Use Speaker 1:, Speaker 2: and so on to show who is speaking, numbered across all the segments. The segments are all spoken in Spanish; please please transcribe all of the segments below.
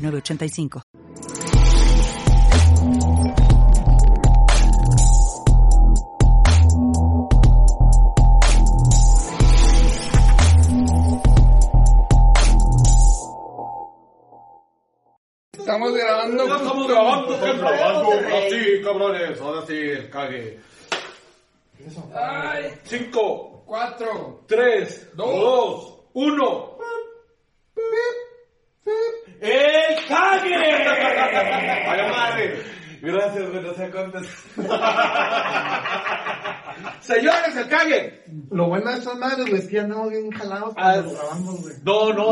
Speaker 1: 985.
Speaker 2: Estamos grabando.
Speaker 3: Estamos grabando, grabando, así, cabrones, ahora sí, el cague.
Speaker 2: Ay,
Speaker 3: Cinco,
Speaker 2: cuatro.
Speaker 3: tres,
Speaker 2: Dos.
Speaker 3: dos, uno. ¡El cague! ¡A la madre! Gracias, güey, no sé cuántas. Señores, el cague.
Speaker 4: Lo bueno de esas madres, güey, es que ya andamos bien jalados
Speaker 3: Ah,
Speaker 4: cuando lo grabamos, güey.
Speaker 3: No, no,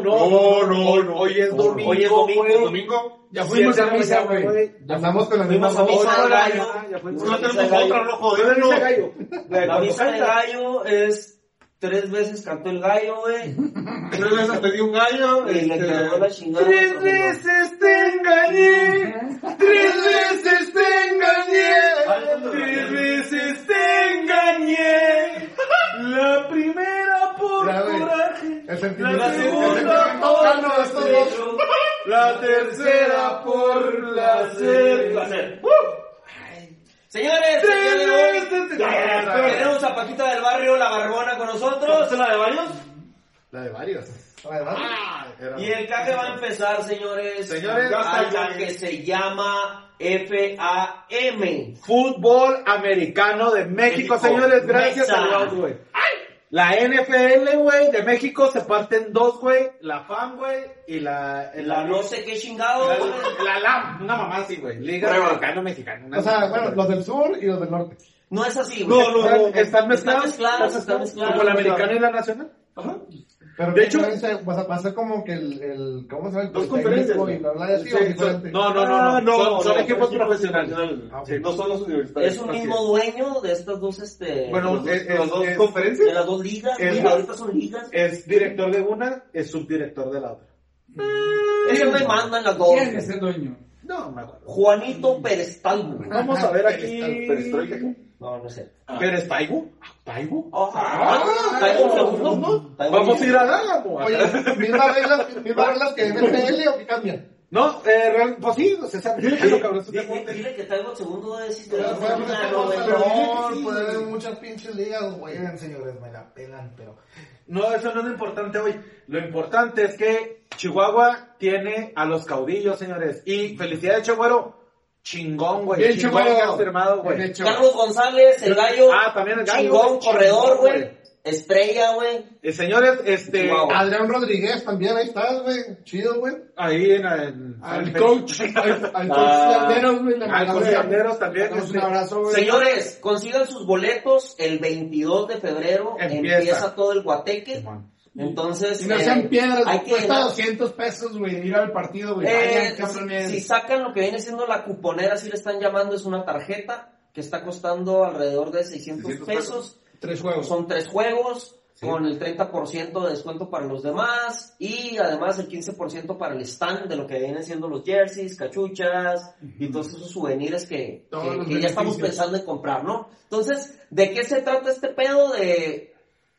Speaker 2: No, no, no, no,
Speaker 3: Hoy es domingo.
Speaker 5: Hoy es domingo,
Speaker 3: güey.
Speaker 2: Domingo.
Speaker 4: Ya fuimos
Speaker 5: Sí,
Speaker 4: a misa, güey. Ya Andamos con la misma
Speaker 5: Fuimos a
Speaker 4: voz.
Speaker 5: misa del gallo.
Speaker 2: No tenemos otra, no joder.
Speaker 5: La, misa del gallo es tres veces cantó el gallo, güey.
Speaker 2: Tres veces pedí un gallo.
Speaker 5: Y le cagó la
Speaker 2: Este...
Speaker 5: chingada.
Speaker 2: te engañé. Tres veces te engañé.
Speaker 3: Tres veces te engañé. La primera por
Speaker 4: Ya, güey.
Speaker 3: coraje.
Speaker 4: El
Speaker 3: La
Speaker 4: sentimiento. el sentimiento
Speaker 3: segunda
Speaker 4: tocando
Speaker 3: por
Speaker 4: estos dos.
Speaker 3: despecho. La tercera por placer.
Speaker 5: Placer. Señores, el día de hoy tenemos a Paquita del Barrio, la barbona con nosotros. la de varios?
Speaker 4: La de varios. La de varios. Era-
Speaker 5: Y el caje va a empezar, señores.
Speaker 3: Señores,
Speaker 5: a
Speaker 3: hasta
Speaker 5: la
Speaker 3: el-
Speaker 5: que se llama FAM.
Speaker 3: Fútbol americano de México,
Speaker 5: México.
Speaker 3: señores, gracias
Speaker 5: Mexa.
Speaker 3: a Dios, güey. La NFL, güey, de México se parte en dos, güey. La FAM, güey, y la...
Speaker 5: La no sé qué chingado.
Speaker 3: La,
Speaker 5: güey.
Speaker 3: la LAM, una mamá así, güey. Liga
Speaker 5: Prueba.
Speaker 3: Mexicano Mexicana. una
Speaker 4: O sea,
Speaker 3: mamá,
Speaker 4: bueno,
Speaker 3: güey.
Speaker 4: los del sur y los del norte.
Speaker 5: No es así, güey.
Speaker 3: No, no, no. Están
Speaker 5: mezclados,
Speaker 3: mezclados.
Speaker 5: están mezclados.
Speaker 3: Como la americana y la nacional.
Speaker 5: Ajá.
Speaker 4: Pero
Speaker 3: De hecho-
Speaker 4: vas a pasar como que el, el ¿cómo se llama? El
Speaker 3: Dos conferencias.
Speaker 4: Politécnico y la bla, así,
Speaker 3: Sí,
Speaker 4: o
Speaker 3: son-
Speaker 4: diferente.
Speaker 3: No, no, no, no.
Speaker 5: Ah, no,
Speaker 3: Son- Son
Speaker 5: no,
Speaker 3: equipos
Speaker 5: no,
Speaker 3: profesionales.
Speaker 4: Ah, ok.
Speaker 3: Sí, No son los universitarios.
Speaker 5: Es un
Speaker 3: así
Speaker 5: mismo dueño de estas dos, este.
Speaker 3: Bueno, eh,
Speaker 5: de
Speaker 3: es-
Speaker 5: los dos-
Speaker 3: es-
Speaker 5: de las dos,
Speaker 3: conferencias.
Speaker 5: de las dos ligas.
Speaker 3: es-
Speaker 5: güey, ahorita son ligas.
Speaker 3: Es director de una, es subdirector de la otra.
Speaker 5: Ellos me mandan las dos.
Speaker 2: el dueño?
Speaker 3: No, me acuerdo.
Speaker 5: Juanito Perestalvo. güey.
Speaker 3: Vamos a ver aquí.
Speaker 2: Perestroika, ¿qué?
Speaker 5: No, no sé.
Speaker 3: ¿Pérez Taibo? ¿Taibo?
Speaker 5: Oh, ah. Ajá. Taibo un segundo. Taibo
Speaker 3: Vamos a
Speaker 5: un-
Speaker 3: ir a Gaga, po.
Speaker 4: Oye, mismas reglas, mismas reglas que en NFL o que cambian.
Speaker 3: No, eh, real- pues sí, o sea, sabe- Pero, cabrón, eso te
Speaker 5: Dile,
Speaker 3: apunte.
Speaker 5: dile que Taibo un segundo de si te
Speaker 4: Puede
Speaker 5: das cuenta, no, güey,
Speaker 4: haber
Speaker 5: no.
Speaker 4: puede haber muchas pinches ligas, güey. Oigan, señores, me la pelan, pero...
Speaker 3: No, eso no es lo importante hoy. Lo importante es que Chihuahua tiene a los caudillos, señores. Y felicidades, Chihuahua. Chingón, güey.
Speaker 4: Bien,
Speaker 3: Chingón
Speaker 4: Chihuahua.
Speaker 3: que has firmado, güey.
Speaker 4: Bien hecho.
Speaker 5: Carlos González, el gallo.
Speaker 3: Ah, también el gallo,
Speaker 5: Chingón,
Speaker 3: güey,
Speaker 5: corredor,
Speaker 3: chingón,
Speaker 5: güey.
Speaker 3: güey.
Speaker 5: Estrella, güey.
Speaker 3: Eh, señores, este.
Speaker 5: Wow.
Speaker 4: Adrián Rodríguez también, ahí estás, güey. Chido, güey.
Speaker 3: Ahí en. en
Speaker 4: Al
Speaker 3: en-
Speaker 4: coach, al, al coach
Speaker 3: Ah.
Speaker 4: Landeros, güey. le
Speaker 3: Al
Speaker 4: mandamos-
Speaker 3: coach Landeros también,
Speaker 4: mandamos
Speaker 3: este.
Speaker 4: Un abrazo, güey.
Speaker 5: Señores, consigan sus boletos el 22 de febrero.
Speaker 3: Empieza.
Speaker 5: Empieza, todo el guateque. Entonces,
Speaker 4: Y no
Speaker 5: eh,
Speaker 4: sean piedras,
Speaker 5: hay que
Speaker 4: cuesta
Speaker 5: llenar.
Speaker 4: 200 pesos, güey, ir al partido, güey.
Speaker 5: Eh,
Speaker 4: Vayan, cabrones.
Speaker 5: si, si sacan lo que viene siendo la cuponera, si le están llamando, es una tarjeta que está costando alrededor de 600
Speaker 2: 600
Speaker 5: pesos.
Speaker 4: Tres juegos.
Speaker 5: Son tres juegos con el 30% de descuento para los demás y además el 15% para el stand de lo que vienen siendo los jerseys, cachuchas y todos esos souvenirs que,
Speaker 4: Todos
Speaker 5: que-
Speaker 4: los
Speaker 5: que ya estamos
Speaker 4: beneficios.
Speaker 5: pensando en comprar, ¿no? Entonces, ¿de qué se trata este pedo de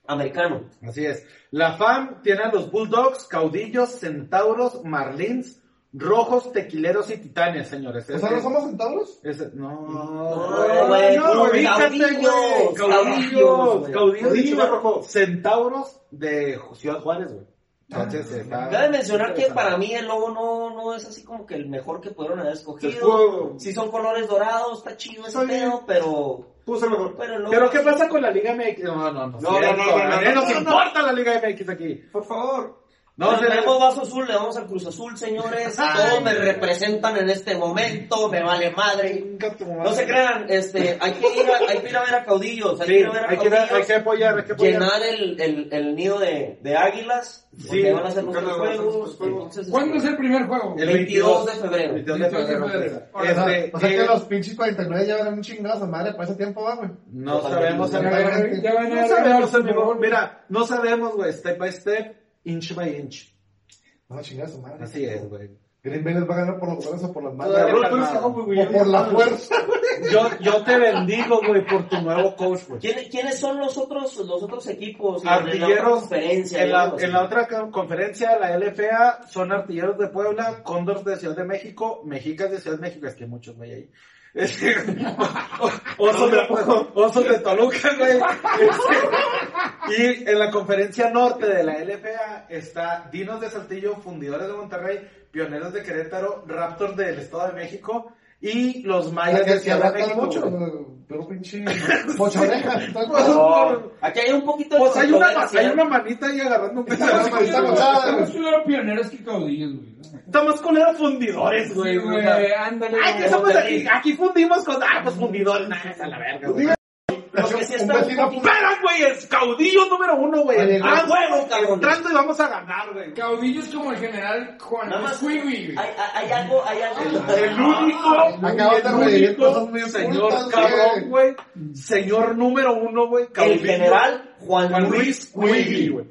Speaker 5: americano?
Speaker 3: Así es. La FAM tiene a los Bulldogs, Caudillos, Centauros, Marlins, Rojos, Tequileros y Titanes, señores.
Speaker 4: O sea, ¿no somos centauros?
Speaker 3: Ese- no,
Speaker 5: No, güey,
Speaker 3: no,
Speaker 5: güey,
Speaker 3: ubícate,
Speaker 5: caudillos,
Speaker 3: güey.
Speaker 5: caudillos,
Speaker 3: Caudillos,
Speaker 5: güey.
Speaker 3: caudillos de
Speaker 4: Caudillos.
Speaker 3: Chihuahua Rojo. Centauros de Ciudad Juárez, güey. Entonces, está-
Speaker 5: Cabe mencionar que para mí el logo no, no es así como que el mejor que pudieron haber escogido.
Speaker 3: Escudo.
Speaker 5: Si son colores dorados, está chido ese
Speaker 3: Está bien.
Speaker 5: pedo, pero...
Speaker 3: Puse el mejor.
Speaker 5: Pero, el logo-
Speaker 3: Pero ¿qué pasa con la Liga MX? No, no, no.
Speaker 5: No, no, no, no, no,
Speaker 3: no,
Speaker 5: no,
Speaker 3: nos
Speaker 5: no, no.
Speaker 3: importa la Liga MX aquí.
Speaker 2: Por favor.
Speaker 3: No,
Speaker 5: No,
Speaker 3: se-
Speaker 5: tenemos vaso azul, le vamos al Cruz Azul, señores. Todos me representan en este momento, me vale madre. No se crean, este, hay que ir a, hay que ir a ver a caudillos, hay
Speaker 3: Sí,
Speaker 5: que ir a ver
Speaker 3: hay
Speaker 5: a
Speaker 3: que,
Speaker 5: caudillos.
Speaker 3: dar- hay que apoyar, hay que apoyar.
Speaker 5: llenar el, el, el nido de, de águilas,
Speaker 3: Sí,
Speaker 5: porque van a hacer
Speaker 2: porque
Speaker 5: nuestros
Speaker 2: van a hacer
Speaker 5: juegos.
Speaker 2: nuestros juegos.
Speaker 5: entonces,
Speaker 6: ¿Cuándo es
Speaker 5: este,
Speaker 6: el primer juego?
Speaker 5: El 22 de febrero.
Speaker 3: 22 de febrero.
Speaker 4: O sea,
Speaker 3: Este,
Speaker 4: o sea que
Speaker 3: eh,
Speaker 4: los pinches 49 llevan un chingazo, madre, para ese tiempo va, güey.
Speaker 3: No sabemos,
Speaker 6: Ya
Speaker 4: Ya
Speaker 6: van
Speaker 3: amigo.
Speaker 6: a- ya van a
Speaker 3: No
Speaker 6: ganar el
Speaker 3: sabemos,
Speaker 6: Super
Speaker 3: amigo.
Speaker 6: Bowl.
Speaker 3: Mira, no sabemos, güey, step by step, inch by inch.
Speaker 4: No, chingazo, madre.
Speaker 3: Así es, güey.
Speaker 4: Green Bay les va a ganar por los goles o por las manos.
Speaker 3: Todavía
Speaker 4: güey.
Speaker 2: Pero tú eres
Speaker 3: calmado.
Speaker 2: cabrón, güey,
Speaker 4: O por la fuerza.
Speaker 3: Yo, yo te bendigo, güey, por tu nuevo coach, güey.
Speaker 5: ¿quién- ¿Quiénes son los otros, los otros equipos?
Speaker 3: Artilleros
Speaker 5: conferencia.
Speaker 3: En la,
Speaker 5: digamos?
Speaker 3: en la otra co- conferencia, la LFA, son artilleros de Puebla, Cóndor de Ciudad de México, Mexicas de Ciudad de México, es que hay muchos, güey, ahí. Este, osos, de, osos de Toluca, güey. Este, y en la conferencia norte de la LFA está Dinos de Saltillo, Fundidores de Monterrey, Pioneros de Querétaro, Raptors del Estado de México y los Mayas de
Speaker 4: Que se
Speaker 3: Ciudad de
Speaker 4: arrancan
Speaker 3: México.
Speaker 4: mucho.
Speaker 3: güey.
Speaker 4: Pero pinche. Pocho orejas. tal cual.
Speaker 5: No, Aquí hay un poquito de
Speaker 3: Pues hay una,
Speaker 5: controversia.
Speaker 3: hay una manita ahí agarrando un pedazo.
Speaker 4: Estamos- estamos-
Speaker 6: Estamos
Speaker 4: estamos-
Speaker 6: primero pioneros que caudillos, güey.
Speaker 3: Está más culero fundidores, güey.
Speaker 6: Sí,
Speaker 3: o sea.
Speaker 6: güey, ándale.
Speaker 3: Ay,
Speaker 6: güey.
Speaker 3: que somos aquí, aquí fundimos con. Ah, pues fundidores, nada, a la verga, güey.
Speaker 5: Lo que sí
Speaker 4: Un
Speaker 5: está un
Speaker 4: vecino
Speaker 5: poquito-
Speaker 3: Pero, güey, es caudillo número uno, güey.
Speaker 4: Oye,
Speaker 3: Ah,
Speaker 5: güey,
Speaker 3: huevo,
Speaker 5: cabrón.
Speaker 3: entrando y vamos a ganar, güey.
Speaker 6: Caudillos como el general Juan
Speaker 5: Nada más,
Speaker 6: Luis
Speaker 5: hay,
Speaker 6: Cuigui, güey.
Speaker 5: hay, hay algo, hay algo.
Speaker 3: El único,
Speaker 4: Acabas de
Speaker 3: el
Speaker 4: revivir
Speaker 3: único
Speaker 4: cosas muy
Speaker 3: señor
Speaker 4: ocultas,
Speaker 3: cabrón, güey. Señor número uno, güey.
Speaker 5: El
Speaker 3: caudillo.
Speaker 5: general Juan,
Speaker 3: Juan
Speaker 5: Luis.
Speaker 3: Luis Cuigui, güey.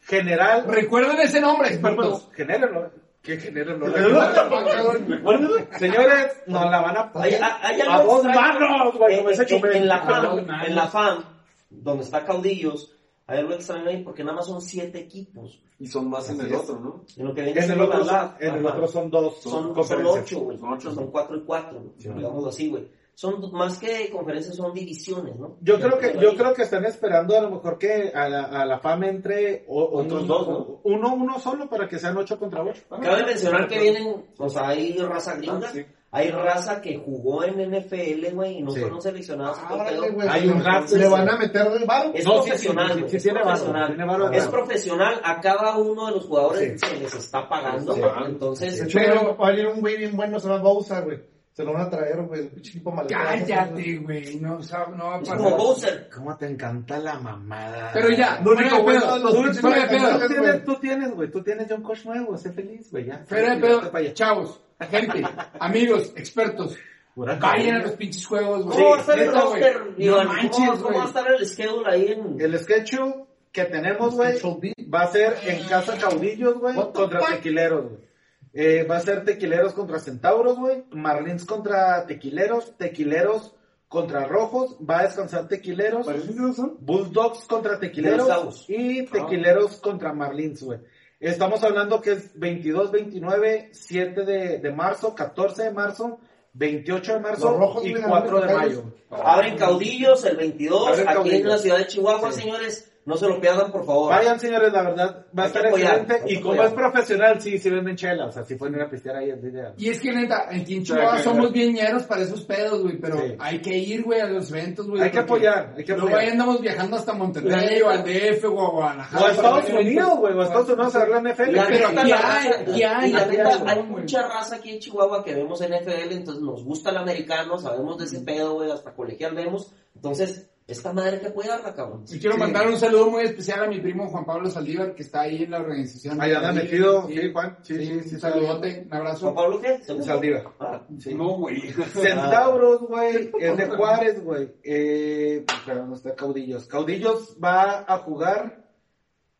Speaker 3: General.
Speaker 6: Recuerden ese nombre,
Speaker 3: Perdón, genérenlo. Que genérenlo.
Speaker 2: Recuérdalo.
Speaker 3: Señores, nos la van a
Speaker 5: Hay, hay- hay algo
Speaker 3: A dos
Speaker 5: extraño.
Speaker 3: manos, güey,
Speaker 5: En-
Speaker 3: como ese
Speaker 5: en- en,
Speaker 3: chumel.
Speaker 5: la
Speaker 3: A
Speaker 6: dos
Speaker 5: FAM,
Speaker 6: manos.
Speaker 5: en la FAM, donde está Caudillos, hay algo extraño ahí porque nada más son siete equipos.
Speaker 2: Y son más en el otro, ¿no?
Speaker 5: En lo que viene
Speaker 3: En el
Speaker 5: siendo
Speaker 3: otro,
Speaker 5: la LAF,
Speaker 3: en el
Speaker 5: ajá.
Speaker 3: otro son dos.
Speaker 5: son, son
Speaker 3: conferencias.
Speaker 5: ocho, güey.
Speaker 2: Son ocho.
Speaker 5: Son cuatro y cuatro, güey, digámoslo así, güey. Son más que conferencias, son divisiones, ¿no?
Speaker 3: Yo creo que yo creo que están esperando a lo mejor que a la, a la fama entre o-
Speaker 5: Otros
Speaker 3: un-
Speaker 5: dos, ¿no?
Speaker 3: uno uno solo para que sean ocho contra ocho.
Speaker 5: Ah, Cabe mencionar que vienen, o sea, hay raza gringa,
Speaker 2: Ah, sí.
Speaker 5: hay raza que jugó en NFL, güey, y no
Speaker 3: Sí.
Speaker 5: fueron seleccionados. y todo el
Speaker 4: Árale,
Speaker 5: pedo.
Speaker 4: Ah, güey.
Speaker 3: Hay un rap.
Speaker 4: Le van a meter el barro.
Speaker 5: Es
Speaker 3: No, sí, sí,
Speaker 5: profesional,
Speaker 3: sí, sí,
Speaker 5: güey,
Speaker 3: sí,
Speaker 5: es
Speaker 3: tiene valor,
Speaker 5: profesional.
Speaker 3: tiene valor.
Speaker 5: es profesional, a cada uno de los jugadores
Speaker 3: Sí.
Speaker 5: se les está pagando,
Speaker 2: Sí.
Speaker 5: güey. entonces...
Speaker 4: De hecho,
Speaker 6: Pero-
Speaker 4: va a ir un güey bien bueno, se va a usar, güey. Se lo van a traer, güey. Un pinche equipo maletero.
Speaker 6: Cállate, güey. No, o sea, no va a
Speaker 5: Es
Speaker 6: pasar.
Speaker 5: como Bowser.
Speaker 3: ¿Cómo te encanta la mamada?
Speaker 6: Pero ya,
Speaker 4: Lo único
Speaker 6: fuera de
Speaker 4: bueno
Speaker 6: pedo,
Speaker 4: de los pinches
Speaker 6: fuera de
Speaker 4: mexicanos
Speaker 6: pedo.
Speaker 3: Tú tienes, tú tienes, güey, tú tienes John Coach nuevo, sé feliz, güey, ya.
Speaker 6: Fuera de
Speaker 3: Vete
Speaker 6: pedo,
Speaker 3: pa' allá.
Speaker 6: chavos, gente, amigos, expertos,
Speaker 3: Pura
Speaker 6: vayan a
Speaker 3: cabrón.
Speaker 6: los pinches juegos, güey.
Speaker 5: ¿Cómo va a estar el
Speaker 6: Neta,
Speaker 5: roster,
Speaker 6: güey.
Speaker 5: Iván?
Speaker 6: No
Speaker 5: ¿Cómo-
Speaker 6: manches,
Speaker 5: ¿Cómo
Speaker 6: güey.
Speaker 5: va a estar el schedule ahí en...?
Speaker 3: El sketch show que tenemos, güey,
Speaker 4: Show Mm. B.
Speaker 3: va a ser en Casa Caudillos, güey,
Speaker 4: What the
Speaker 3: contra
Speaker 4: fuck?
Speaker 3: Tequileros, güey. Eh, va a ser Tequileros contra Centauros, güey. Marlins contra Tequileros. Tequileros contra Rojos. Va a descansar Tequileros.
Speaker 2: ¿Parece que no son?
Speaker 3: Bulldogs contra
Speaker 5: De los
Speaker 3: Tequileros.
Speaker 5: Cabos.
Speaker 3: Y
Speaker 4: Ah.
Speaker 3: Tequileros contra Marlins, güey. Estamos hablando que es 22, 29, 7 de, de marzo, 14 de marzo, 28 de
Speaker 4: Los
Speaker 3: marzo
Speaker 4: rojos
Speaker 3: y
Speaker 4: vienen
Speaker 3: 4 de
Speaker 4: ganando,
Speaker 3: mayo.
Speaker 5: Abren caudillos el 22
Speaker 3: Abren
Speaker 5: aquí en
Speaker 3: Caudillos.
Speaker 5: la ciudad de Chihuahua, señores. No se lo pierdan, por favor.
Speaker 3: Vayan, señores, la verdad, va a
Speaker 5: Hay que
Speaker 3: estar
Speaker 5: apoyar,
Speaker 3: excelente.
Speaker 5: hay que
Speaker 3: Y como
Speaker 5: apoyar.
Speaker 3: es profesional, sí, sí venden chela. O sea, sí pueden ir a pistear ahí, es la idea.
Speaker 6: Y es que neta, aquí en Chihuahua
Speaker 3: Sí,
Speaker 6: somos bien ñeros para esos pedos, güey, pero
Speaker 3: Sí.
Speaker 6: hay que ir, güey, a los eventos, güey.
Speaker 3: Hay que
Speaker 6: porque
Speaker 3: apoyar, hay que
Speaker 6: Luego ahí
Speaker 3: apoyar.
Speaker 6: andamos viajando hasta Monterrey o al DF o a Guadalajara.
Speaker 3: O a Estados
Speaker 6: Para-
Speaker 3: Unidos, güey, o a Estados Unidos a ver la NFL.
Speaker 5: La
Speaker 6: Pero
Speaker 5: neta,
Speaker 6: aquí
Speaker 5: la
Speaker 6: hay,
Speaker 5: raza-
Speaker 6: aquí hay,
Speaker 5: y la
Speaker 6: aquí
Speaker 5: neta,
Speaker 6: hay,
Speaker 5: hay
Speaker 6: güey.
Speaker 5: mucha raza aquí en Chihuahua que vemos NFL, entonces nos gusta el americano, sabemos de ese pedo, güey, hasta colegial vemos. Entonces, esta madre que puede darla, cabrón.
Speaker 6: Y quiero mandar un saludo muy especial a mi primo Juan Pablo Saldívar, que está ahí en la organización.
Speaker 3: Allá anda
Speaker 6: Sí,
Speaker 3: metido,
Speaker 6: sí,
Speaker 3: sí, Juan. Sí,
Speaker 6: sí,
Speaker 3: sí,
Speaker 6: un
Speaker 3: sí.
Speaker 6: saludote, un
Speaker 5: ¿Juan
Speaker 6: abrazo.
Speaker 5: Pablo qué? ¿Segundo?
Speaker 3: Saldívar.
Speaker 5: Ah,
Speaker 3: Sí.
Speaker 6: No, güey.
Speaker 3: Centauros, güey, es de Juárez, güey. Eh, pero no está Caudillos. Caudillos va a jugar.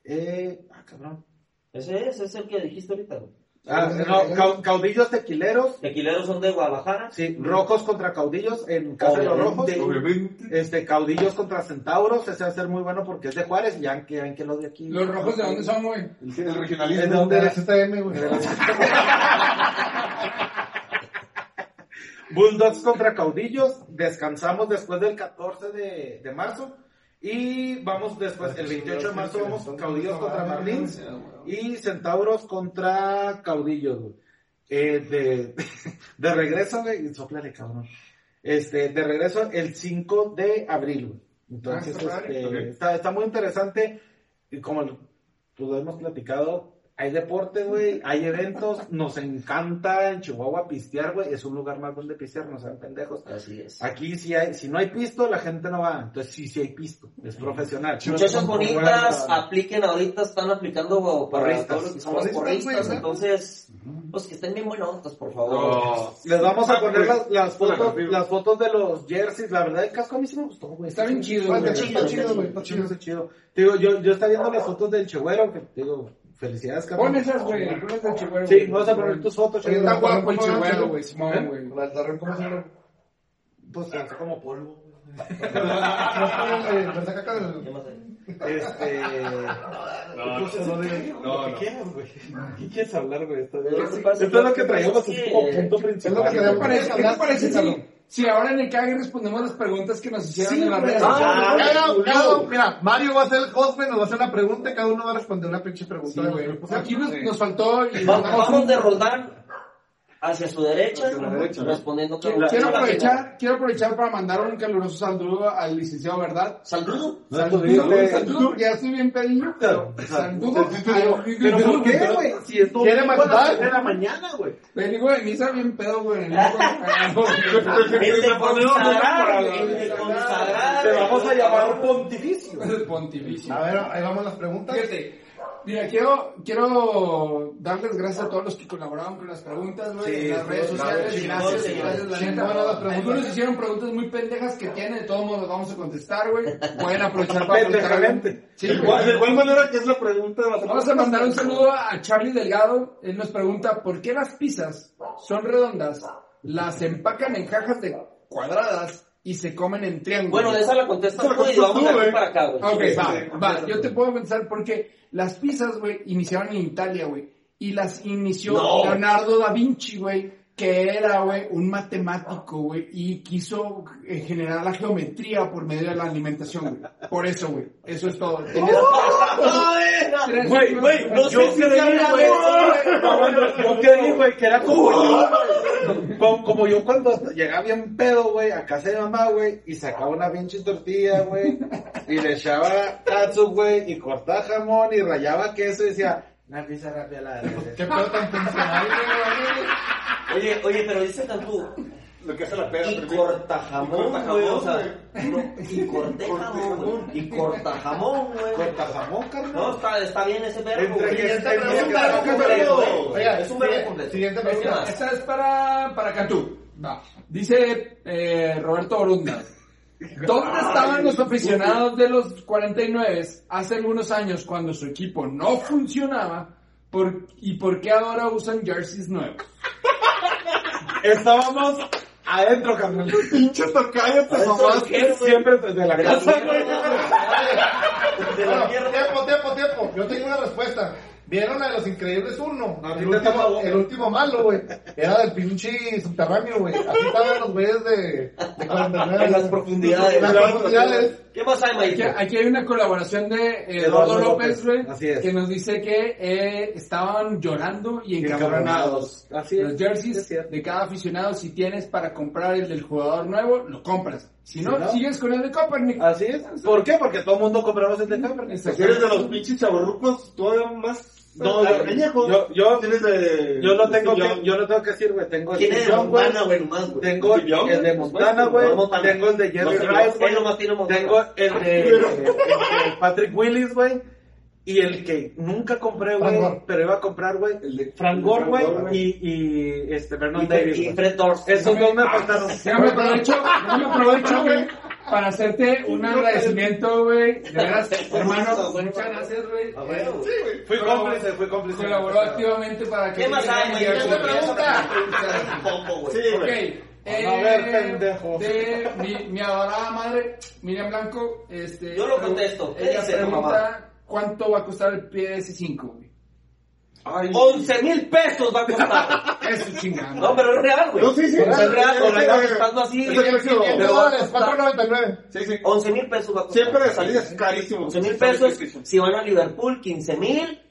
Speaker 3: Eh, ah, cabrón.
Speaker 5: ese es, ese es el que dijiste ahorita. güey.
Speaker 3: Ah, no, Cau- Caudillos Tequileros.
Speaker 5: Tequileros son de Guadalajara.
Speaker 3: Sí, Rojos contra Caudillos en Casa de los Rojos.
Speaker 5: Obviamente.
Speaker 2: Obviamente.
Speaker 3: Este, Caudillos contra Centauros, ese va a ser muy bueno porque es de Juárez, ya que, ya que los de aquí.
Speaker 6: ¿Los rojos de dónde son, güey?
Speaker 2: El, el
Speaker 3: ¿De
Speaker 2: regionalismo.
Speaker 3: dónde
Speaker 4: De la
Speaker 3: era?
Speaker 4: CTM, güey.
Speaker 3: Bulldogs contra Caudillos, descansamos después del 14 de, de marzo y vamos después, el 28 de marzo vamos Caudillos contra Marlins y Centauros contra Caudillos. güey. Eh, de, de regreso, güey, sóplale, cabrón. Este, de regreso el 5 de abril. güey. Entonces,
Speaker 6: Ah, está
Speaker 3: este,
Speaker 2: padre. Ok.
Speaker 3: está, está muy interesante y como lo- pues, lo hemos platicado, Hay deporte, güey, hay eventos, nos encanta en Chihuahua pistear, güey, es un lugar más donde pistear, no sean pendejos.
Speaker 5: Así es.
Speaker 3: Aquí si hay, si no hay pisto, la gente no va, entonces sí, sí hay pisto, es profesional.
Speaker 5: Muchachas
Speaker 3: No es como
Speaker 5: bonitas,
Speaker 3: jugar,
Speaker 5: apliquen ahorita, están aplicando para
Speaker 3: Porristas.
Speaker 5: todo lo que son los
Speaker 4: Porristas,
Speaker 5: porristas,
Speaker 4: güey,
Speaker 5: entonces, pues que estén bien buenotas, por favor.
Speaker 2: No.
Speaker 3: Les vamos a poner las, las fotos,
Speaker 2: Bueno,
Speaker 3: las fotos de los jerseys, la verdad el casco a mí sí me gustó, güey.
Speaker 6: Está bien chido,
Speaker 4: Está
Speaker 6: güey.
Speaker 4: chido, está chido, güey, está
Speaker 3: chido,
Speaker 4: chido.
Speaker 3: está chido. Te Digo, yo, yo estaba viendo las fotos del Chehuero, que te digo, felicidades,
Speaker 6: Pon
Speaker 3: cabrón.
Speaker 6: esas, güey, algunas del chihuero.
Speaker 3: Sí, vamos a poner tus ¿Eh? fotos,
Speaker 4: Oye,
Speaker 3: Chehuero.
Speaker 4: está guapo.
Speaker 6: el chihuero, güey, Simón, güey.
Speaker 4: La altarrón, ¿cómo se llama?
Speaker 3: Pues está como polvo.
Speaker 4: La saca
Speaker 5: ¿Qué
Speaker 4: del.
Speaker 5: más hay?
Speaker 3: Este.
Speaker 2: No,
Speaker 3: pues,
Speaker 2: no,
Speaker 3: no digas ¿Qué
Speaker 2: no, no.
Speaker 3: quieres, güey? ¿Qué quieres hablar, güey? Esto
Speaker 5: Lo que
Speaker 3: esto
Speaker 5: pasa
Speaker 3: es lo que
Speaker 5: es
Speaker 3: traíamos
Speaker 5: que-
Speaker 3: así como punto principal.
Speaker 4: que
Speaker 6: ¿Qué te
Speaker 4: traíamos.
Speaker 3: güey.
Speaker 6: parece, qué te parece si, si ahora en el CAG respondemos las preguntas que nos hicieron
Speaker 4: Sí,
Speaker 6: en la
Speaker 4: güey.
Speaker 6: red?
Speaker 4: Ah,
Speaker 3: Ah,
Speaker 4: cada-
Speaker 3: culo.
Speaker 4: cada- Mira, Mario va a ser el host, güey, nos va a hacer una pregunta y cada uno va a responder una pinche pregunta,
Speaker 6: Sí,
Speaker 4: güey. Pues,
Speaker 6: güey. pues Aquí nos, nos faltó y
Speaker 5: Va- Vamos de Roldán hacia su derecha, respondiendo que
Speaker 6: Quiero aprovechar, quiero aprovechar para mandar un caluroso saludo al licenciado Verdad.
Speaker 5: Saludo.
Speaker 3: No
Speaker 6: Saludo,
Speaker 3: estuviste-
Speaker 6: saludo, ya estoy bien pedillo.
Speaker 3: Claro.
Speaker 6: Saludo.
Speaker 3: ¿Pero por qué, güey? Si
Speaker 4: ¿Quiere
Speaker 3: es domingo a
Speaker 4: mandar?
Speaker 3: las tres de la mañana, güey.
Speaker 6: Vengo de misa bien pedo, güey.
Speaker 5: El de consagrar,
Speaker 2: Te
Speaker 5: el de consagrar.
Speaker 3: Te vamos a llamar pontificio.
Speaker 6: pues Pontificio.
Speaker 4: A ver, ahí vamos las preguntas.
Speaker 6: Fíjate, mira, quiero, quiero darles gracias a todos los que colaboraron con las preguntas, güey,
Speaker 3: Sí,
Speaker 6: en las redes
Speaker 3: claro,
Speaker 6: sociales.
Speaker 5: chingones,
Speaker 6: gracias,
Speaker 5: señores,
Speaker 6: gracias, la
Speaker 4: chingonas
Speaker 6: neta.
Speaker 4: las preguntas.
Speaker 6: Algunos hicieron preguntas muy pendejas que tienen, de todos modos las vamos a contestar, güey. Pueden aprovechar para contestar.
Speaker 3: Pendejamente.
Speaker 6: Sí,
Speaker 3: ¿De
Speaker 6: güey.
Speaker 3: cuál- de cuál manera que es la pregunta de la
Speaker 6: Vamos a mandar un saludo a Charlie Delgado. Él nos pregunta por qué las pizzas son redondas, las empacan en cajas de cuadradas y se comen en triángulos.
Speaker 5: Bueno, esa la contestas
Speaker 3: Esa la
Speaker 5: tú y
Speaker 3: contestas
Speaker 5: vamos
Speaker 3: tú,
Speaker 5: de aquí
Speaker 3: güey.
Speaker 5: para acá, güey.
Speaker 6: Ok,
Speaker 3: Sí,
Speaker 6: va,
Speaker 3: sí,
Speaker 6: va. Yo te puedo pensar porque las pizzas, güey, iniciaron en Italia, güey. Y las inició
Speaker 5: No.
Speaker 6: Leonardo da Vinci, güey, que era, güey, un matemático, güey, y quiso eh, generar la geometría por medio de la alimentación, güey. Por eso, güey. Eso es todo. Tenías- Tres-
Speaker 3: Güey, güey, no yo creí, güey. No, bueno, Yo creí, güey, que era como yo, güey. Como, como yo cuando llegaba bien pedo, güey, a casa de mamá, güey, y sacaba una pinche tortilla, güey, y le echaba katsu, güey, y cortaba jamón y rayaba queso y decía, una pizza rápida la de
Speaker 4: Qué pedo tan funcional, güey.
Speaker 5: Oye, oye, pero dice tú,
Speaker 2: Lo que hace la peda.
Speaker 5: y
Speaker 2: primero.
Speaker 5: corta
Speaker 2: Y corta
Speaker 5: jamón, güey,
Speaker 2: jamón,
Speaker 5: o sea, no, y corté jamón, güey, y corta jamón, güey.
Speaker 3: Corta jamón, carnal.
Speaker 5: No, está, está bien ese verbo,
Speaker 3: Entre
Speaker 5: güey.
Speaker 3: que
Speaker 5: Es
Speaker 3: está
Speaker 5: un verbo
Speaker 3: preguntando,
Speaker 5: completo,
Speaker 3: pero-
Speaker 5: güey.
Speaker 4: Oiga,
Speaker 5: es un verbo
Speaker 4: siguiente-
Speaker 5: completo.
Speaker 4: siguiente pregunta.
Speaker 5: ¿Qué más?
Speaker 6: Esta es para, para Cantú. Va. Dice eh, Roberto Orunda. ¿Dónde estaban los aficionados de los 49 hace algunos años cuando su equipo no funcionaba? Por- ¿Y por qué ahora usan jerseys nuevos?
Speaker 3: Estábamos adentro, carnal. Pinches torcayas,
Speaker 6: pues,
Speaker 3: te mamaste siempre desde la casa, güey.
Speaker 5: De
Speaker 4: Bueno,
Speaker 5: la mierda.
Speaker 4: tiempo, tiempo, tiempo. Yo tengo una respuesta. ¿Vieron la de los Increíbles 1?
Speaker 3: No,
Speaker 4: el,
Speaker 3: no
Speaker 4: último,
Speaker 3: te acabo.
Speaker 4: el último malo, güey. Era del pinche subterráneo, güey. Aquí estaban los güeyes de, de 49.
Speaker 5: En las profundidades.
Speaker 4: En las profundidades.
Speaker 5: ¿Qué más hay,
Speaker 6: Aquí,
Speaker 5: Maite?
Speaker 6: aquí hay una colaboración de eh, Eduardo López, güey,
Speaker 3: Así es.
Speaker 6: que nos dice que eh, estaban llorando y encabronados.
Speaker 3: encabronados. Así es,
Speaker 6: Los
Speaker 3: es
Speaker 6: jerseys
Speaker 3: cierto.
Speaker 6: de cada aficionado, si tienes para comprar el del jugador nuevo, lo compras. Si no,
Speaker 3: Si no, Ah,
Speaker 6: sigues con el de Copernic.
Speaker 3: Así es. ¿Por qué? Porque todo el mundo este compramos el Pues, de Kaepernick.
Speaker 6: Exacto.
Speaker 2: Eres de los pinches chavorrucos todavía más.
Speaker 3: No, yo-
Speaker 2: añejos.
Speaker 3: yo- yo-
Speaker 2: Eres de.
Speaker 3: Yo lo tengo
Speaker 2: Yo-
Speaker 3: que, yo lo tengo que decir, güey. Tengo el
Speaker 5: ¿Quién es de
Speaker 3: Sillón, güey.
Speaker 5: Montana, güey, nomás, güey?
Speaker 3: Tengo el
Speaker 2: Sillón,
Speaker 3: el de
Speaker 2: por
Speaker 3: Montana,
Speaker 2: supuesto,
Speaker 3: güey.
Speaker 5: no, Montana.
Speaker 3: Tengo el de Jerry
Speaker 5: No, sí,
Speaker 3: Rice, güey.
Speaker 5: él nomás tiene Montana.
Speaker 3: Tengo el de,
Speaker 2: Pero-
Speaker 3: el de Patrick Willis, güey. Y el que nunca compré,
Speaker 4: Frank
Speaker 3: güey,
Speaker 4: Gore.
Speaker 3: pero iba a comprar, güey, el de Frank Gore, güey, y, y Ah, este, Vernon Davis,
Speaker 5: Y
Speaker 3: güey.
Speaker 5: Fred Durst.
Speaker 3: Esos dos me faltaron.
Speaker 6: Déjame aprovecho, déjame aprovecho, güey, para hacerte un agradecimiento, güey. De veras, hermano, muchas gracias, güey.
Speaker 5: Ah, bueno.
Speaker 3: Fui cómplice, fui cómplice.
Speaker 6: Colaboró activamente para que...
Speaker 5: ¿Qué más hay, Maite?
Speaker 6: Esa pregunta.
Speaker 5: Un poco, güey.
Speaker 2: Sí,
Speaker 6: Ok.
Speaker 2: güey.
Speaker 6: eh,
Speaker 3: a ver, pendejo.
Speaker 6: De mi, mi adorada madre, Miriam Blanco, este...
Speaker 5: Yo lo
Speaker 6: pregu-
Speaker 5: contesto. ¿Qué
Speaker 6: Ella
Speaker 5: dice,
Speaker 6: pregunta, ¿cuánto va a costar el PS5, güey?
Speaker 2: Ay,
Speaker 5: 11 mil pesos va a costar.
Speaker 6: Eso es chingada.
Speaker 5: No, pero es real, güey.
Speaker 2: No, sí, sí,
Speaker 5: Es
Speaker 2: real,
Speaker 5: real, lo
Speaker 2: sí,
Speaker 5: están
Speaker 2: sí,
Speaker 5: gastando así.
Speaker 2: Es el próximo.
Speaker 5: Pero va a
Speaker 4: dólares,
Speaker 5: costar
Speaker 4: 4.99.
Speaker 2: Sí, sí.
Speaker 5: 11 mil pesos va a costar.
Speaker 2: Siempre de salida es carísimo.
Speaker 5: 11 mil
Speaker 2: Sale
Speaker 5: pesos.
Speaker 2: PlayStation.
Speaker 5: Si van a Liverpool, 15 mil.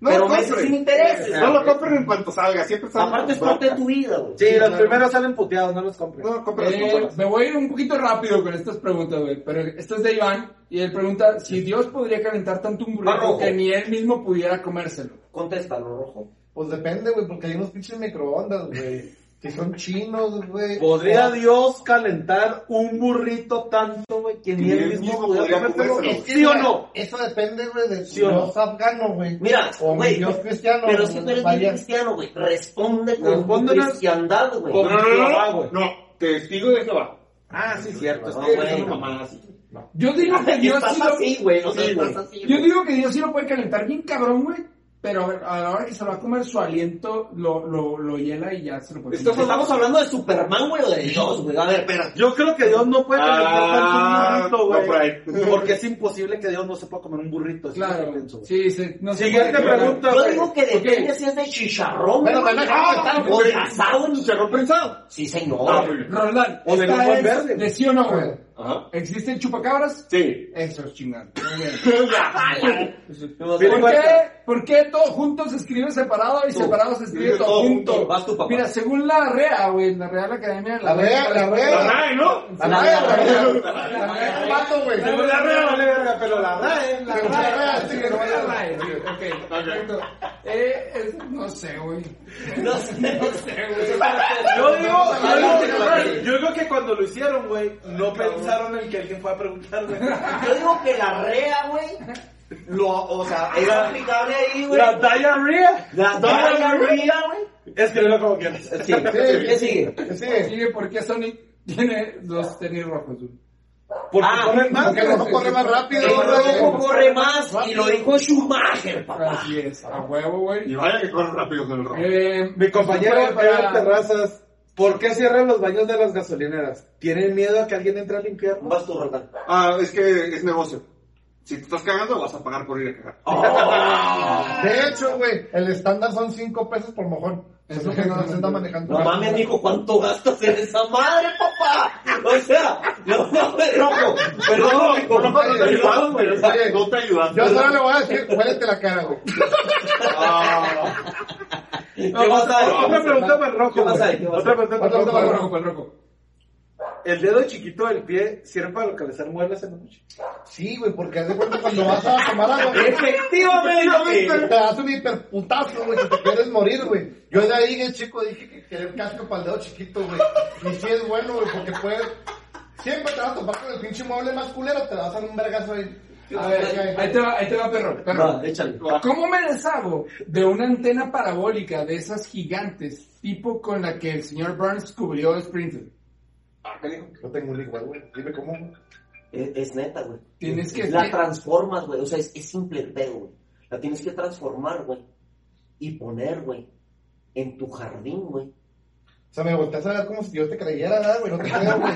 Speaker 2: No
Speaker 5: pero
Speaker 2: lo
Speaker 5: meses
Speaker 2: compren.
Speaker 5: sin intereses.
Speaker 2: No lo compren en cuanto salga, siempre sale.
Speaker 5: Aparte es parte de tu vida, güey.
Speaker 3: Sí, los primeros salen puteados, no los compren.
Speaker 2: No, compren las
Speaker 6: Eh,
Speaker 2: consolas.
Speaker 6: me voy a ir un poquito rápido con estas preguntas, güey. Pero esta es de Iván. Y él pregunta si Dios podría calentar tanto un
Speaker 5: Ah,
Speaker 6: burrito
Speaker 5: rojo.
Speaker 6: que ni él mismo pudiera comérselo.
Speaker 5: Contéstalo, rojo.
Speaker 4: Pues depende, güey, porque hay unos pinches microondas, güey. Que son chinos, güey.
Speaker 3: ¿Podría Dios calentar un burrito tanto, güey, que ni él mismo podría comértelo?
Speaker 2: comérselo.
Speaker 3: ¿Sí o no?
Speaker 4: Eso depende, güey, de
Speaker 3: ¿Sí
Speaker 4: tu
Speaker 3: o no?
Speaker 4: Dios afgano, güey.
Speaker 5: Mira,
Speaker 4: o mi
Speaker 5: güey,
Speaker 4: Dios cristiano.
Speaker 5: Pero
Speaker 4: güey,
Speaker 5: si tú eres
Speaker 4: vaya.
Speaker 5: bien cristiano, güey, responde con
Speaker 3: Respóndenos
Speaker 5: cristiandad, güey.
Speaker 3: con-
Speaker 2: No, no, no,
Speaker 3: Jehová,
Speaker 2: no,
Speaker 3: güey.
Speaker 2: no, testigo de Jehová.
Speaker 3: Ah, sí, cierto.
Speaker 5: No,
Speaker 3: es que-
Speaker 5: güey.
Speaker 6: Yo digo que Dios
Speaker 5: Estás
Speaker 6: sí lo-
Speaker 5: así, güey. O sea,
Speaker 6: Sí,
Speaker 5: estás
Speaker 6: güey.
Speaker 5: así,
Speaker 6: Yo
Speaker 5: güey.
Speaker 6: digo que Dios sí lo puede calentar bien cabrón, güey. Pero a ver, a la hora que se lo va a comer, su aliento lo, lo, lo hiela y ya se lo puede
Speaker 2: Esto
Speaker 6: comer.
Speaker 5: Estamos hablando de Superman, güey, o de Dios, güey. A ver, espera.
Speaker 3: Yo creo que Dios no puede calentar
Speaker 2: Ah,
Speaker 3: tanto un
Speaker 2: no,
Speaker 3: burrito,
Speaker 2: por
Speaker 3: güey.
Speaker 2: ahí.
Speaker 3: porque es imposible que Dios no se pueda comer un burrito. eso es lo que
Speaker 6: Claro.
Speaker 3: pienso, güey.
Speaker 6: Sí, sí. No sé
Speaker 3: Siguiente
Speaker 6: por qué,
Speaker 3: pregunta.
Speaker 5: Yo digo que depende
Speaker 6: Ok.
Speaker 5: si es de chicharrón,
Speaker 4: Bueno,
Speaker 5: güey,
Speaker 4: bueno,
Speaker 5: ah,
Speaker 4: bueno,
Speaker 5: o de
Speaker 4: bueno.
Speaker 5: asado, ni
Speaker 2: Chicharrón prensado.
Speaker 5: Sí,
Speaker 2: Ah,
Speaker 5: señor.
Speaker 2: muy bien.
Speaker 6: Roldán,
Speaker 3: O de
Speaker 6: esta
Speaker 3: Luján
Speaker 6: es
Speaker 3: Verde.
Speaker 6: ¿De sí o no, güey?
Speaker 2: Ajá.
Speaker 6: ¿Existen chupacabras?
Speaker 2: Sí.
Speaker 6: Eso es chingado.
Speaker 5: ¿Por
Speaker 3: Pero
Speaker 6: ¿Por
Speaker 3: igual-
Speaker 6: qué, ¿Por qué todo junto se escribe separado y separado se escribe todo, junto?
Speaker 5: Vas tú, papá.
Speaker 6: Mira, según la REA, güey, la Real Academia de la,
Speaker 4: La REA, la REA.
Speaker 2: La RAE, ¿no?
Speaker 4: La raya, güey. La raya, vato, güey.
Speaker 2: Pero la RAE vale verga, pero la RAE.
Speaker 6: La RAE, sí, no, la RAE, sí, ok, perfecto. Eh, es- no sé, güey.
Speaker 5: No sé, no sé, güey.
Speaker 3: Yo digo, yo digo que-
Speaker 5: Yo digo-
Speaker 3: yo digo que cuando lo hicieron, güey, no pensaron en que alguien fue a preguntar, güey.
Speaker 5: Yo digo que la rea, güey,
Speaker 3: Lo, o sea,
Speaker 5: es
Speaker 3: era-
Speaker 5: aplicable ahí, güey.
Speaker 3: la diarrea
Speaker 5: La la rea, güey.
Speaker 3: Escríbelo como quieras.
Speaker 5: Sí. ¿Qué
Speaker 4: Sí.
Speaker 5: sigue?
Speaker 6: Pues Sigue por qué Sonic tiene dos tenis rojos, güey.
Speaker 3: Porque
Speaker 5: Ah,
Speaker 3: corren más,
Speaker 4: Porque
Speaker 3: güey.
Speaker 4: no corre más rápido,
Speaker 5: El rojo
Speaker 4: güey.
Speaker 5: corre más y lo dijo Schumacher, papá.
Speaker 6: Así es, a huevo,
Speaker 2: Y
Speaker 6: güey.
Speaker 2: vaya que corre rápido con el rojo.
Speaker 6: Eh,
Speaker 3: Mi compañero
Speaker 6: Super-
Speaker 3: Javier Terrazas, ¿por qué cierran los baños de las gasolineras? ¿Tienen miedo a que alguien entre a limpiar?
Speaker 5: Vas tú, Roldán.
Speaker 2: Ah, es que es negocio. Si te estás cagando, vas a pagar por ir a cagar.
Speaker 5: Oh.
Speaker 4: De hecho, güey, el estándar son 5 pesos por mojón. Eso que no se anda manejando.
Speaker 5: No mames, mijo, ¿cuánto gastas en esa madre, papá? O sea, no mames, rojo. Perdón, mijo,
Speaker 2: Por lo menos no te ayudas, pero
Speaker 4: Oye,
Speaker 2: no te ayudas.
Speaker 4: Yo solo le voy a decir, huélete la cara, güey.
Speaker 5: ¿Qué vas a decir?
Speaker 3: Otra pregunta para el
Speaker 5: ¿Qué
Speaker 3: rojo.
Speaker 5: vas a
Speaker 3: güey.
Speaker 5: decir?
Speaker 3: Otra pregunta para el
Speaker 4: Otra
Speaker 6: Pa'l
Speaker 3: rojo.
Speaker 6: rojo, pa'l rojo.
Speaker 3: ¿El dedo chiquito del pie sirve para localizar muebles en la noche?
Speaker 4: Sí, güey, porque haz de cuenta cuando vas a tomar agua, güey,
Speaker 5: Este,
Speaker 4: te
Speaker 5: Efectivamente.
Speaker 4: das un hiperputazo, güey, que te quieres morir, güey. Yo de ahí, el chico, dije que querer casco para el dedo chiquito, güey. Y sí es bueno, güey, porque puedes... Siempre te vas a topar con el pinche mueble más culero, te vas a dar un vergazo ahí.
Speaker 6: A ver, ahí te va, ahí te va, perro, perro.
Speaker 5: Va, échale.
Speaker 6: ¿Cómo me deshago de una antena parabólica de esas gigantes, tipo con la que el señor Burns cubrió Springfield?
Speaker 4: Yo tengo un igual, güey. Dime cómo, güey.
Speaker 5: Es, es neta, güey.
Speaker 6: Tienes que-
Speaker 5: La transformas, güey. O sea, es, es simple el pedo, güey. La tienes que transformar, güey. Y poner, güey. En tu jardín, güey.
Speaker 4: O sea, me volteas a ver como si yo te creyera, ¿verdad, güey? No te creo, güey.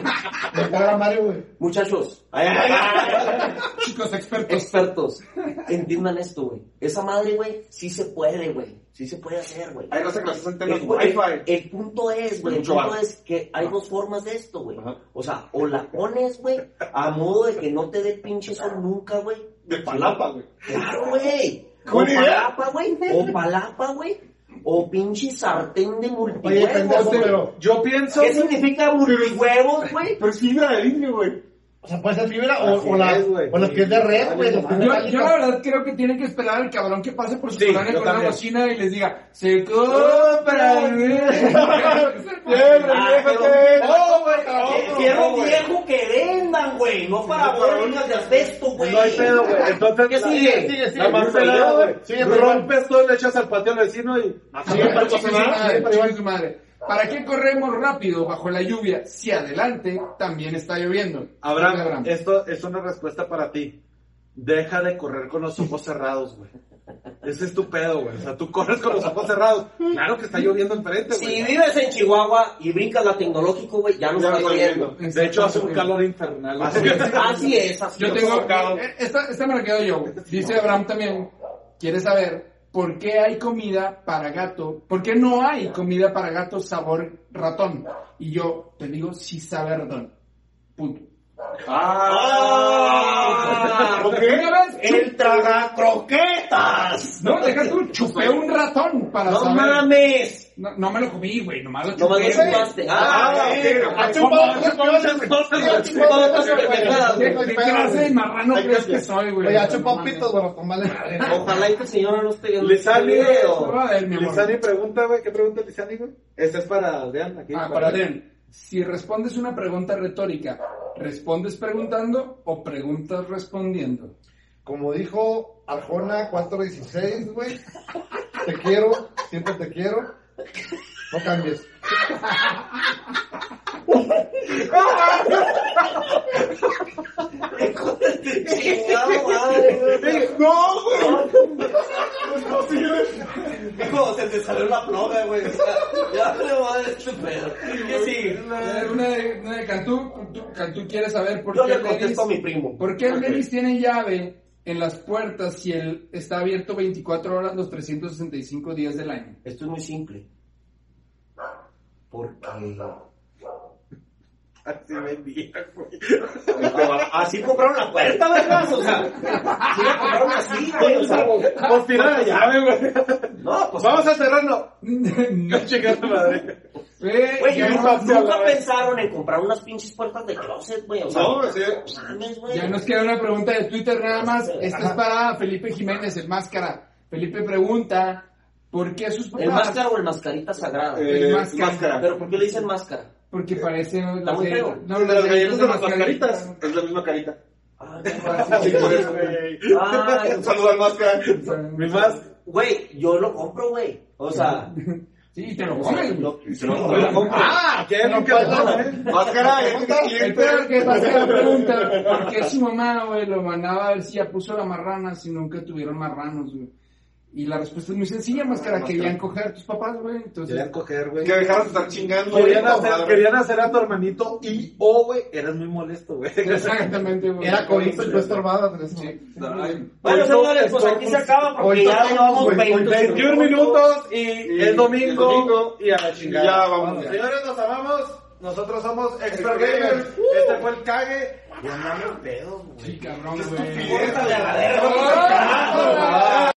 Speaker 4: Me caga Mario, güey.
Speaker 5: Muchachos. ay, ay, ay, ay, ay.
Speaker 6: Chicos expertos.
Speaker 5: Expertos, entiendan esto, güey. Esa madre, güey, sí se puede, güey. Sí se puede hacer, güey.
Speaker 2: Hay raza que las hace antenas
Speaker 5: El, güey,
Speaker 2: Wi-Fi.
Speaker 5: el punto es, güey, el
Speaker 2: Mucho
Speaker 5: punto
Speaker 2: bar.
Speaker 5: es que hay dos formas de esto, güey.
Speaker 2: Ajá.
Speaker 5: O sea, o la pones, güey, a modo de que no te dé pinche sol nunca, güey.
Speaker 2: De palapa, güey.
Speaker 5: Claro, güey. O
Speaker 2: Buena idea.
Speaker 5: palapa, güey. O palapa, güey. O pinche sartén de
Speaker 4: Oye, pendejo,
Speaker 5: multihuevos, güey.
Speaker 4: pero...
Speaker 3: Yo pienso...
Speaker 5: ¿Qué significa multihuevos, güey?
Speaker 2: Pero es fibra de vidrio, güey.
Speaker 4: O sea, puede ser fibra o,
Speaker 3: Así
Speaker 4: o, la,
Speaker 3: es, güey.
Speaker 4: o los pies de red, güey. los pies
Speaker 6: Yo, yo la
Speaker 4: metálicos.
Speaker 6: verdad creo que tienen que esperar al cabrón que pase por su
Speaker 3: Sí,
Speaker 6: colonia
Speaker 3: yo
Speaker 6: con una
Speaker 3: también.
Speaker 6: bocina y les diga, se compra.
Speaker 5: Ah, pero-
Speaker 4: No, güey,
Speaker 5: Eh,
Speaker 4: cabrón,
Speaker 5: Quiero
Speaker 4: no,
Speaker 5: un
Speaker 4: güey.
Speaker 5: viejo que vendan, güey. No para bolinas de asbesto, güey.
Speaker 3: No hay pedo, güey. Entonces,
Speaker 5: ¿Qué
Speaker 3: la-
Speaker 5: sigue?
Speaker 4: Sigue, sigue.
Speaker 3: La más pelada, güey.
Speaker 4: Sigue,
Speaker 3: Rompes todo y le echas al patio al vecino y...
Speaker 4: Sí, pero pues, nada,
Speaker 6: Madre,
Speaker 4: siempre igual.
Speaker 6: chingue su madre. ¿Para qué corremos rápido bajo la lluvia si adelante también está lloviendo?
Speaker 3: Abraham, esto es una respuesta para ti. Deja de correr con los ojos cerrados, güey. Ese es tu pedo, güey. O sea, tú corres con los ojos cerrados. Claro que está lloviendo enfrente,
Speaker 5: Si
Speaker 3: güey.
Speaker 5: vives en Chihuahua y brincas la tecnológico, güey, ya no
Speaker 2: Ya
Speaker 5: está
Speaker 2: no está
Speaker 5: lloviendo.
Speaker 3: De hecho, hace un calor infernal.
Speaker 5: Así es, así es. así
Speaker 6: Yo
Speaker 5: es.
Speaker 6: tengo. eh, Esta, esta me la quedo yo, güey. Dice Abraham también. Quiere saber por qué hay comida para gato. ¿Por qué no hay comida para gato sabor ratón? Y yo te digo, sí sabe ratón. Punto.
Speaker 5: ¡Ah!
Speaker 6: ¿Por qué? Una vez
Speaker 5: ¡El traga croquetas!
Speaker 6: No, deja tú, chupé un ratón para
Speaker 5: ¡No
Speaker 6: saber.
Speaker 5: mames!
Speaker 6: No, no me lo comí, güey, nomás lo
Speaker 5: No
Speaker 6: chupé.
Speaker 5: mames,
Speaker 6: güey.
Speaker 5: chupaste. ¡Ah!
Speaker 4: Ha chupado muchas cosas, güey. Sí, ha chupado muchas pendejadas,
Speaker 6: ¿Qué,
Speaker 4: güey.
Speaker 6: qué clase de marrano
Speaker 4: Ay,
Speaker 6: crees que
Speaker 4: gracias.
Speaker 6: soy, güey?
Speaker 4: Oye, ha
Speaker 6: No
Speaker 4: chupado
Speaker 6: mames.
Speaker 4: pitos, güey, con madre madre.
Speaker 5: Ojalá y que señora no esté viendo este
Speaker 3: Lizani,
Speaker 5: video.
Speaker 6: A ver, mi amor.
Speaker 3: Lizani pregunta, güey, ¿qué pregunta Lizani, güey? Este es para Dean, aquí.
Speaker 6: Ah, para Adrián. Si respondes una pregunta retórica, ¿respondes preguntando o preguntas respondiendo?
Speaker 4: Como dijo Arjona 416, güey. Te quiero, siempre te quiero. No cambies.
Speaker 5: Chingado, madre, güey.
Speaker 4: ¡No, güey!
Speaker 5: Hijo, se te salió la ploga, güey. O sea, Ya le va a este pedo. ¿Qué sigue?
Speaker 6: Eh, Una de, una de Cantú, Cantú- Cantú quiere saber por
Speaker 5: Yo
Speaker 6: qué
Speaker 5: le contesto a
Speaker 6: Lenis-
Speaker 5: mi primo.
Speaker 6: ¿Por qué el Lenis tiene llave en las puertas si él está abierto 24 horas los 365 días del año?
Speaker 5: Esto es muy simple. Porque.
Speaker 3: Así vendía, güey.
Speaker 5: Así compraron la puerta, ¿verdad? O sea, sí la compraron así, güey. O sea,
Speaker 3: Pues tira la llave, güey.
Speaker 5: no, pues.
Speaker 3: Vamos a cerrarlo.
Speaker 6: No,
Speaker 3: Chinga tu madre.
Speaker 6: eh,
Speaker 5: Güey,
Speaker 6: ya,
Speaker 5: nunca,
Speaker 6: no,
Speaker 3: pasé a la
Speaker 5: nunca
Speaker 3: vez.
Speaker 5: pensaron en comprar unas pinches puertas de closet, güey. O sea,
Speaker 2: No, sí.
Speaker 5: mames, güey.
Speaker 6: ya nos queda una pregunta de Twitter nada más. Esta
Speaker 5: Ajá.
Speaker 6: es para Felipe Jiménez, el máscara. Felipe pregunta, ¿por qué sus papás?
Speaker 5: ¿El máscara o el mascarita sagrada?
Speaker 2: Eh,
Speaker 6: máscara.
Speaker 2: máscara.
Speaker 5: ¿Pero por qué le dicen máscara?
Speaker 6: Porque parece...
Speaker 5: Está muy feo.
Speaker 6: No,
Speaker 2: Las galletas de las
Speaker 6: mascaritas.
Speaker 2: mascaritas es la misma carita.
Speaker 5: Ay,
Speaker 6: Ah,
Speaker 2: Sí, por
Speaker 6: pues,
Speaker 2: eso.
Speaker 5: Ay,
Speaker 2: Saludos al máscara.
Speaker 3: Mi más.
Speaker 5: Güey, yo lo compro, güey. O sea,
Speaker 6: Sí, te lo comes.
Speaker 5: lo-
Speaker 2: No, la compra.
Speaker 4: ¡Ah! ¿Qué? No
Speaker 2: Máscara,
Speaker 4: pasa.
Speaker 2: Máscara, es un
Speaker 6: El
Speaker 2: cliente.
Speaker 6: peor que pasé la pregunta, ¿por qué su mamá, güey, lo mandaba a ver si ya puso la marrana si nunca tuvieron marranos, güey? Y la respuesta es muy sencilla, más que la querían coger a tus papás, güey, entonces...
Speaker 3: Querían coger, güey.
Speaker 2: Que dejaron de estar chingando.
Speaker 3: Querían
Speaker 2: Madre.
Speaker 3: hacer, querían hacer a tu hermanito y o, güey, eras muy molesto, güey.
Speaker 6: Exactamente, güey.
Speaker 4: Era Corinto y tú estorbada. pero eso-
Speaker 6: Sí.
Speaker 2: Ay,
Speaker 5: bueno,
Speaker 3: Ahorita-
Speaker 5: señores, pues aquí se acaba porque
Speaker 4: ahorita
Speaker 5: ya
Speaker 4: estamos,
Speaker 5: llevamos
Speaker 4: güey,
Speaker 5: 20
Speaker 3: 21 minutos y,
Speaker 2: el
Speaker 3: el, domingo,
Speaker 2: domingo.
Speaker 3: y a la chingada.
Speaker 2: Ya, vamos.
Speaker 3: Señores, nos amamos. Nosotros somos Extra Gamers. Este fue el cague.
Speaker 5: Ya no me pedo, güey.
Speaker 6: Sí, cabrón, güey.
Speaker 5: Córtale a la verga,
Speaker 6: Ah,
Speaker 5: carajo.
Speaker 6: ah,